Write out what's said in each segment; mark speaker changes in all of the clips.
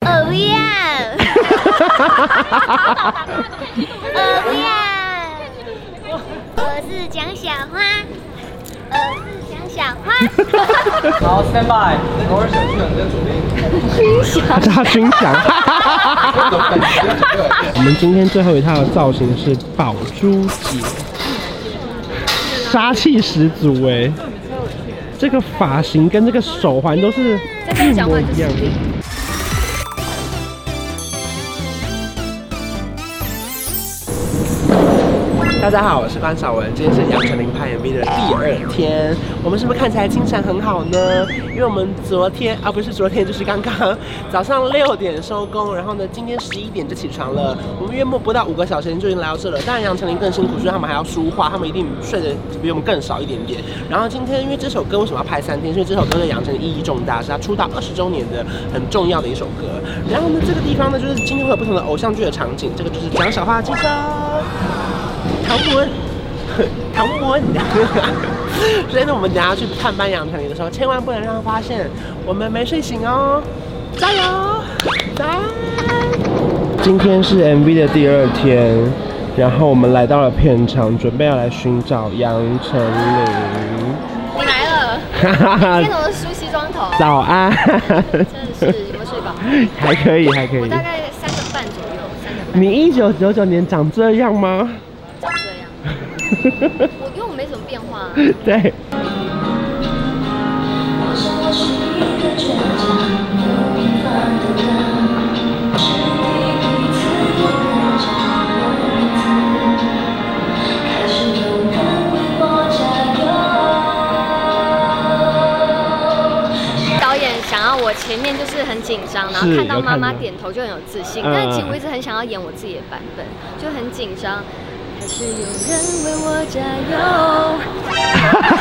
Speaker 1: 哦呃，不要。我是蒋小花，我是蒋小花。
Speaker 2: 好，stand by。我是小巨人的主力。
Speaker 3: 大军翔。我们今天最后一套造型是宝珠姐，杀气十足哎、这个发型跟这个手环都是一模一样的。大家好，我是关少文，今天是杨丞琳拍 MV 的第二天。我们是不是看起来精神很好呢？因为我们昨天啊，不是昨天，就是刚刚早上六点收工，然后呢，今天十一点就起床了。我们约莫不到五个小时就已经来到这了。当然，杨丞琳更辛苦，所以他们还要梳化，他们一定睡得比我们更少一点点。然后今天因为这首歌为什么要拍三天？因为这首歌对杨丞琳意义重大，是他出道二十周年的很重要的一首歌。然后呢，这个地方呢，就是今天会有不同的偶像剧的场景，这个就是讲小花的地方。唐伯， 唐伯， 所以呢，我们等下去探班杨丞琳的时候，千万不能让他发现我们没睡醒哦，加油，拜。今天是 MV 的第二天，然后我们来到了片场，准备要来寻找杨丞琳。
Speaker 4: 你来了，
Speaker 3: 哈哈
Speaker 4: 今
Speaker 3: 哈，
Speaker 4: 天怎么梳西装头？
Speaker 3: 早安，
Speaker 4: 真的是有没有睡饱？
Speaker 3: 还可以，还可
Speaker 4: 我
Speaker 3: 以。
Speaker 4: 大概三个半左右，三个半
Speaker 3: 你一九九九年长这样吗？
Speaker 4: 长这样。我因为我没什么变化、啊，
Speaker 3: 对。
Speaker 4: 导演想要我前面就是很紧张，然后
Speaker 3: 是
Speaker 4: 看到妈
Speaker 3: 有
Speaker 4: 妈
Speaker 3: 看到
Speaker 4: 点头就很有自信。
Speaker 3: 嗯
Speaker 4: 但其实我一直很想要演我自己的版本，就很紧张。还是有人为我加油。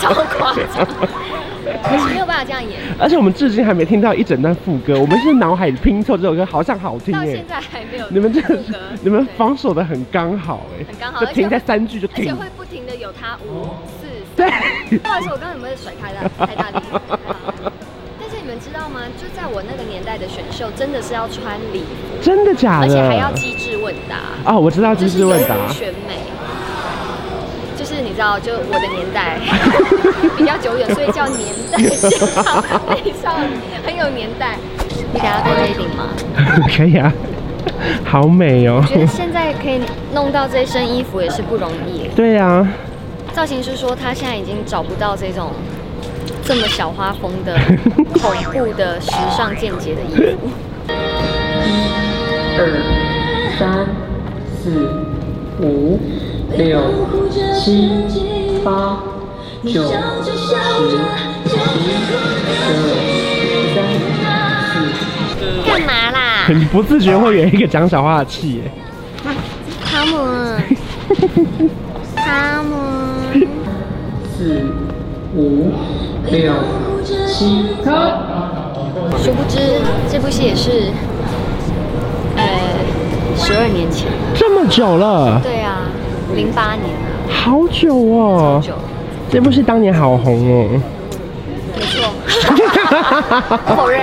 Speaker 4: 超夸张， 可是没有办法这样演，
Speaker 3: 而且我们至今还没听到一整段副歌，我们是脑海里拼凑这首歌，好像好听
Speaker 4: 到
Speaker 3: 耶
Speaker 4: 现。在还没有
Speaker 3: 你们这
Speaker 4: 副歌
Speaker 3: 你们
Speaker 4: 对
Speaker 3: 防守的很刚好哎，
Speaker 4: 很刚好
Speaker 3: 就
Speaker 4: 而且
Speaker 3: 停在三句就
Speaker 4: 而且
Speaker 3: 停。
Speaker 4: 会不停的有他五四
Speaker 3: 对
Speaker 4: 三。不好意思，我刚刚有没有甩太大太大力？但是你们知道吗？就在我那个年代的选秀，真的是要穿礼服，
Speaker 3: 真的假的？
Speaker 4: 而且还要机智问答，
Speaker 3: 哦，我知道
Speaker 4: 就
Speaker 3: 啊机
Speaker 4: 是
Speaker 3: 智
Speaker 4: 有
Speaker 3: 问答。
Speaker 4: 如选美。就是你知道，就我的年 代比较久远，所以叫年代少，那少很有年代。你等下戴这一顶吗？
Speaker 3: 可以啊，好美哦。
Speaker 4: 觉得现在可以弄到这身衣服也是不容易耶。
Speaker 3: 对啊，
Speaker 4: 造型师说他现在已经找不到这种这么小花风的恐怖的时尚见解的衣服。
Speaker 5: 三、四、五、六、七、八、九、十、十二、十三。
Speaker 4: 干嘛啦，
Speaker 3: 你不自觉会有一个讲小话的气耶。
Speaker 4: 汤姆？汤姆，
Speaker 5: 四、五、六、七。
Speaker 4: 殊不知这部戏也是，呃，十二年前。
Speaker 3: 这么久了，
Speaker 4: 对啊，零八年啊，
Speaker 3: 好久哦。
Speaker 4: 九，
Speaker 3: 这部戏当年好红哦。
Speaker 4: 没错， 不否认。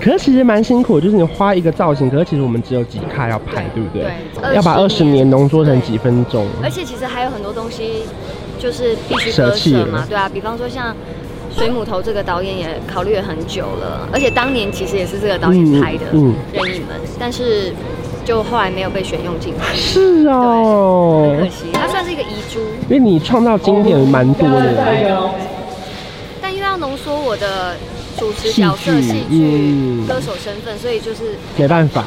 Speaker 3: 可是其实蛮辛苦，就是你花一个造型，可是其实我们只有几卡要拍，对不对？
Speaker 4: 对
Speaker 3: 要把二十
Speaker 4: 20
Speaker 3: 年
Speaker 4: 年
Speaker 3: 浓缩成几分钟。
Speaker 4: 而且其实还有很多东西就是必须割舍
Speaker 3: 舍
Speaker 4: 嘛
Speaker 3: 弃，
Speaker 4: 对啊，比方说像。水母头这个导演也考虑了很久了，而且当年其实也是这个导演拍的
Speaker 3: 嗯嗯
Speaker 4: 《任意门》，但是就后来没有被选用进来，
Speaker 3: 是哦
Speaker 4: 很，可惜。它算是一个遗珠，
Speaker 3: 因为你创造经典蛮多的，
Speaker 4: 但又要浓缩我的主持角色、
Speaker 3: 戏剧
Speaker 4: 戏
Speaker 3: 嗯
Speaker 4: 剧、歌手身份，所以就是
Speaker 3: 没办 法。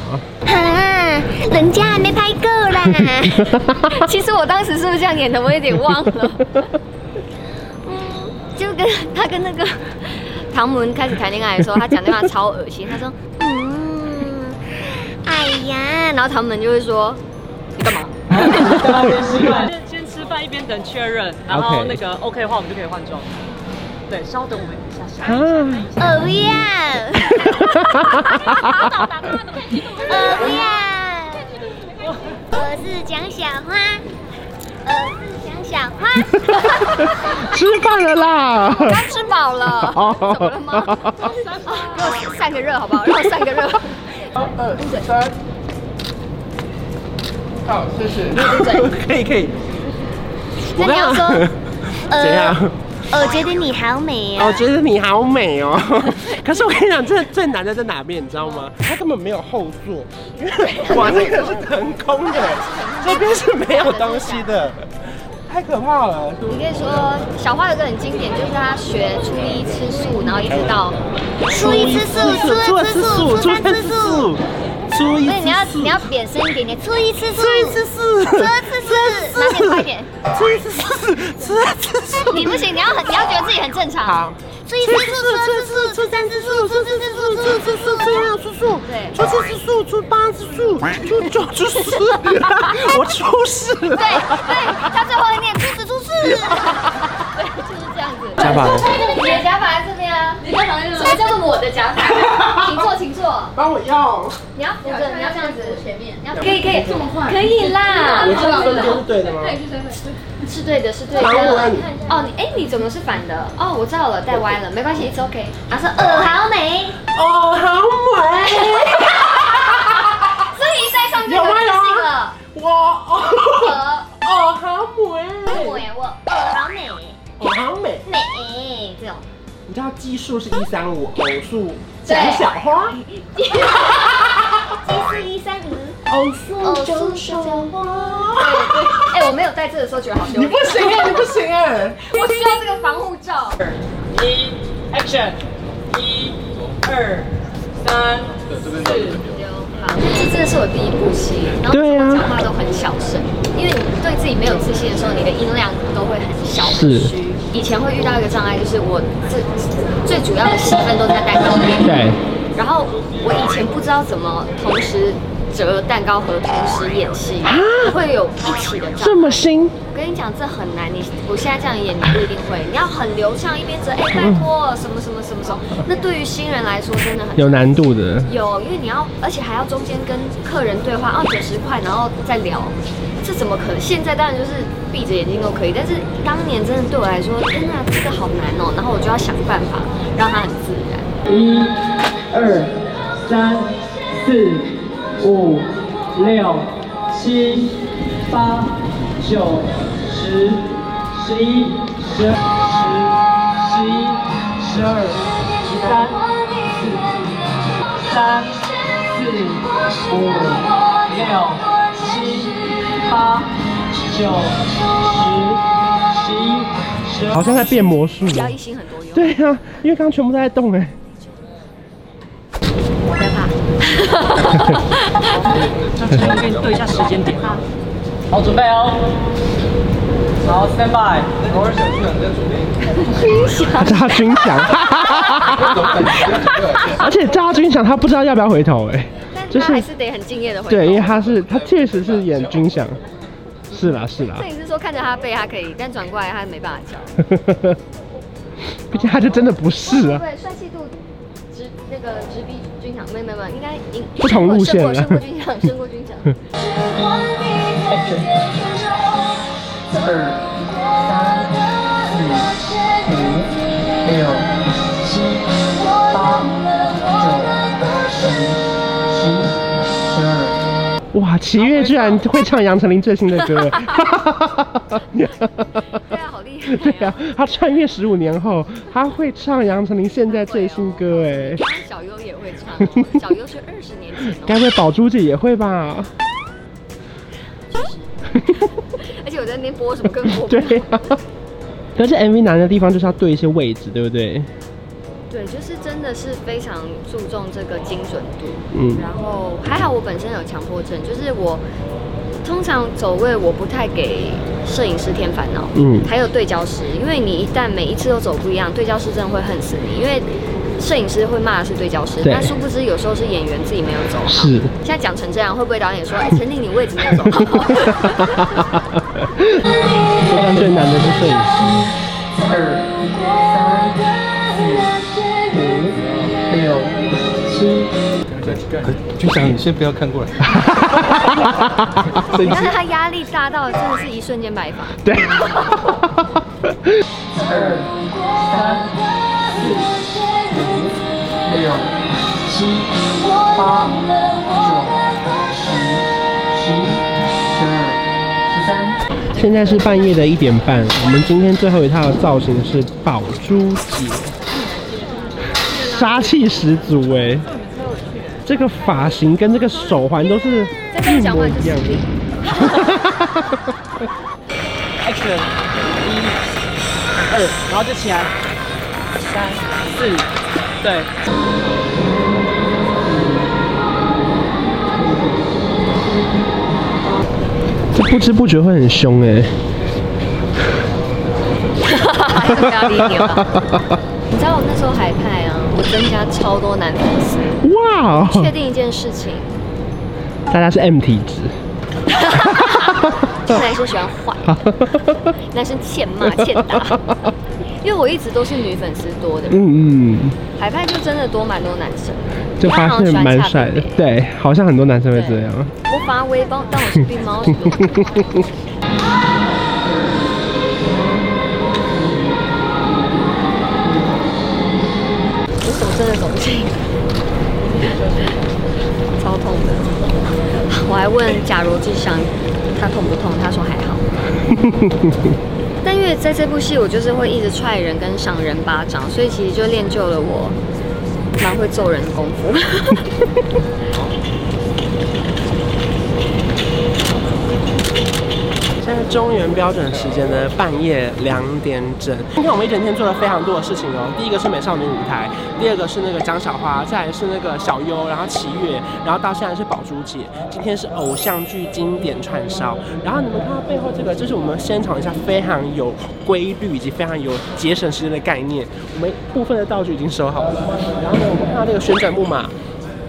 Speaker 1: 啊，人家还没拍够啦。
Speaker 4: 哦其实我当时是不是这样演的，我有点 忘了。嗯，就跟他跟那个唐门开始谈恋爱的时候，他讲那话超恶心。他说，
Speaker 1: 嗯，哎呀，
Speaker 4: 然后唐门就会说，你干嘛？
Speaker 6: 先先吃饭一边等确认，然后
Speaker 3: OK
Speaker 6: 那个 OK 的话，我们就可以换装。对，稍等我们一下下。
Speaker 3: 啊，
Speaker 1: 我不要，我 呃不呃要。我是蒋小花，我是蒋小花。
Speaker 3: 吃饭了 啦！
Speaker 4: 刚吃饱 了，
Speaker 3: 哦
Speaker 4: 怎么了吗？啊给我散个热好不好？让我散 个热，
Speaker 3: 二三，好，谢谢
Speaker 4: 对对。
Speaker 3: 可以可以。
Speaker 1: 那你要说
Speaker 3: 怎样？
Speaker 1: 呃，我觉得你好美啊
Speaker 3: 我！觉得你好美哦，可是我跟你讲，这最难的在哪边，你知道吗？它根本没有后座，因为我那个是腾空的，这边是没有东西的，太可怕了。
Speaker 4: 你可以说小花有个很经典，就是她学初一吃素，然后一直到，
Speaker 1: 初一吃素，初
Speaker 3: 初
Speaker 1: 二
Speaker 3: 二
Speaker 1: 吃
Speaker 3: 吃
Speaker 1: 素，初
Speaker 3: 素，初
Speaker 1: 三
Speaker 3: 三
Speaker 1: 吃
Speaker 3: 吃
Speaker 1: 素，
Speaker 3: 素，初一
Speaker 4: 所以哎你要
Speaker 3: 吃素
Speaker 4: 你要扁身一点点，
Speaker 1: 初一吃素，
Speaker 3: 初一吃素，
Speaker 1: 初二吃素，
Speaker 4: 慢点快点，
Speaker 3: 初一吃素，初二吃素。
Speaker 4: 你不行，你要很你要觉得自己很正常，
Speaker 3: 好，
Speaker 1: 初一吃素，初二吃素，初三吃素，初四吃素，初五吃素，初六吃素。
Speaker 4: 对
Speaker 3: 初七吃素，初八吃素，初九吃素，我出事了。
Speaker 4: 对对，她最后会念出
Speaker 1: 四初 四，
Speaker 4: 对，就是这样子。
Speaker 3: 家宝
Speaker 4: 你的假发在这边啊，你干嘛这个叫做我的 假发，请坐，请坐。
Speaker 3: 帮我要。
Speaker 4: 你要扶着，你要这样子，前面，你要可以可以，这么快，可以啦。
Speaker 3: 我这样分辨是对的吗？
Speaker 4: 是对的，是对的。
Speaker 3: 帮我按
Speaker 4: 哦，你哎，你怎么是反的？哦，我知道了，带歪了，没关系，it's 啊 OK。他说耳好美，
Speaker 3: 哦，好美！
Speaker 4: 所以一戴上这个
Speaker 3: 有吗有
Speaker 4: 就
Speaker 3: 吗
Speaker 4: 是一个
Speaker 3: 我哦
Speaker 4: 耳，
Speaker 3: 哦，好美！
Speaker 4: 我也我
Speaker 1: 呃好美
Speaker 3: 我好美！
Speaker 4: 美这种。
Speaker 3: 你知道基数是一三五，偶数讲小花，
Speaker 1: 七四一三五，
Speaker 3: 偶数
Speaker 1: 偶数是小花。
Speaker 4: 哎，我没有戴这个时候觉得好丢
Speaker 3: 你
Speaker 4: 脸
Speaker 3: 不，行哎，你不行哎！
Speaker 4: 我需要这个防护罩。
Speaker 2: 一 action，一二三四。
Speaker 4: 好，这真的是我第一部戏，然后
Speaker 3: 对啊
Speaker 4: 我讲话都很小声，因为你对自己没有自信的时候，你的音量都会很小很
Speaker 3: 是
Speaker 4: 虚。以前会遇到一个障碍，就是我最最主要的戏份都在蛋糕里，
Speaker 3: 对，
Speaker 4: 然后我以前不知道怎么同时折蛋糕和同时演戏，会有一起的障碍。
Speaker 3: 啊这么新，
Speaker 4: 我跟你讲，这很难。你我现在这样演，你不一定会。你要很流畅，一 边折，哎、拜托，什么什么什么什么。那对于新人来说，真的很
Speaker 3: 有难度的。
Speaker 4: 有，因为你要，而且还要中间跟客人对话，哦，九十块，然后再聊，这怎么可能？现在当然就是闭着眼睛都可以，但是当年真的对我来说，天呐，这个好难哦。然后我就要想办法让它很自然。
Speaker 5: 一、二、三、四、五、六、七、八、九、十、十一、十二、十、十一、十二、十三、四、三、四、五、六、七、八、九、十、十一、十二。
Speaker 3: 好像在变魔术。
Speaker 4: 只要一心很多用，
Speaker 3: 对啊，因为刚刚全部都在动哎。
Speaker 4: 不要怕。
Speaker 6: 我跟你对一下时间点。好，准备哦。好，stand by。偶尔想去冷再准备。
Speaker 3: 扎军翔， 而且扎军翔他不知道要不要回头哎、
Speaker 4: 但
Speaker 3: 就
Speaker 4: 他
Speaker 3: 是
Speaker 4: 还是得很敬业的回
Speaker 3: 对，因为
Speaker 4: 头。
Speaker 3: 他是他确实是演军翔，是啦是啦
Speaker 4: 摄，影师说看着他背他可以，但转过来他没办法教。
Speaker 3: 毕竟他就真的不是啊，
Speaker 4: 对，帅气度直那个直逼军长，没有没有没有，应该赢
Speaker 3: 不同路线啊了
Speaker 4: 胜过胜过军长，胜过军长。
Speaker 5: 二、三、四、五、六、七、八、九、十、十一、十二。
Speaker 3: 哇，齐越居然会唱杨丞琳最新的歌，
Speaker 4: 对啊，好厉
Speaker 3: 对
Speaker 4: 害
Speaker 3: 呀、
Speaker 4: 啊
Speaker 3: 啊！，他穿越十五年后，他会唱杨丞琳现在最新歌哎，
Speaker 4: 刚刚小优也会唱，啊小优是二十年 前
Speaker 3: 该
Speaker 4: 哦，
Speaker 3: 不会宝珠姐也会吧？
Speaker 4: 而且我在那边播什么更过分？
Speaker 3: 对呀、啊可是 MV 难的地方就是要对一些位置，对不对？
Speaker 4: 对，就是真的是非常注重这个精准度。
Speaker 3: 嗯
Speaker 4: 然后还好我本身有强迫症，就是我通常走位我不太给摄影师添烦恼，
Speaker 3: 嗯
Speaker 4: 还有对焦师，因为你一旦每一次都走不一样，对焦师真的会恨死你，因为摄影师会骂的是对焦师，
Speaker 3: 对
Speaker 4: 但殊不知有时候是演员自己没有走好。
Speaker 3: 是。
Speaker 4: 现在讲成这样，会不会导演说，哎，陈婷你位置没有走好？
Speaker 3: 这段最难的是摄影师，
Speaker 5: 六、七、
Speaker 7: 军翔，你先不要看过来，
Speaker 3: 所以你
Speaker 4: 但
Speaker 3: 是
Speaker 4: 是他压力大到真的是一瞬间白发。
Speaker 3: 对。
Speaker 5: 二三四五六七八九十十一十二十三。
Speaker 3: 现在是半夜的一点半，我们今天最后一套造型是宝珠姐，杀气十足哎、这个发型跟这个手环都是
Speaker 4: 再这
Speaker 3: 一
Speaker 4: 样讲话
Speaker 3: 模
Speaker 4: 就
Speaker 3: 一样
Speaker 4: 死定。
Speaker 2: Action！一、二，然后就起来，三、四，对。
Speaker 3: 这不知不觉会很凶哎、
Speaker 4: 还是不要理你吧。你知道我那时候海派啊，我增加超多男粉丝。
Speaker 3: 哇哦！
Speaker 4: 确定一件事情，
Speaker 3: 大家是 M 体质。
Speaker 4: 男生喜欢坏的，男生欠 骂啊欠打。因为我一直都是女粉丝多的，
Speaker 3: 嗯嗯，
Speaker 4: 海派就真的多蛮多男生。
Speaker 3: 就发现蛮帅的。
Speaker 4: 对，
Speaker 3: 对，好像很多男生会这样。
Speaker 4: 我发微帮，但我是病猫什么的。我手真的肿起来，超痛的。我还问假如就想他痛不痛，他说还好。但因为在这部戏，我就是会一直踹人跟赏人巴掌，所以其实就练就了我蛮会揍人的功夫。
Speaker 3: 现在中原标准时间呢，半夜两点整。今天我们一整天做了非常多的事情哦。第一个是美少女舞台，第二个是那个张小花，再来是那个小优，然后齐月，然后到现在是宝珠姐。今天是偶像剧经典串烧。然后你们看到背后这个，这是我们现场一下非常有规律以及非常有节省时间的概念。我们部分的道具已经收好了。然后呢，我们看到那个旋转木马，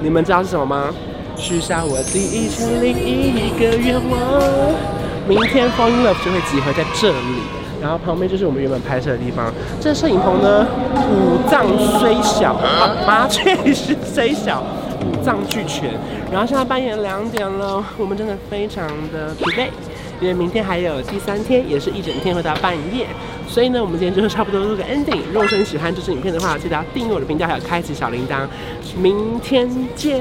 Speaker 3: 你们知道是什么吗？许下我第一千零一个愿望。明天 Fall in Love 就会集合在这里，然后旁边就是我们原本拍摄的地方。这摄影棚呢，五脏虽小，啊、麻雀是虽小，五脏俱全。然后现在半夜两点了，我们真的非常的疲惫，因为明天还有第三天，也是一整天会到半夜。所以呢，我们今天就差不多做个 ending。如果说你喜欢这支影片的话，记得要订阅我的频道，还有开启小铃铛。明天见。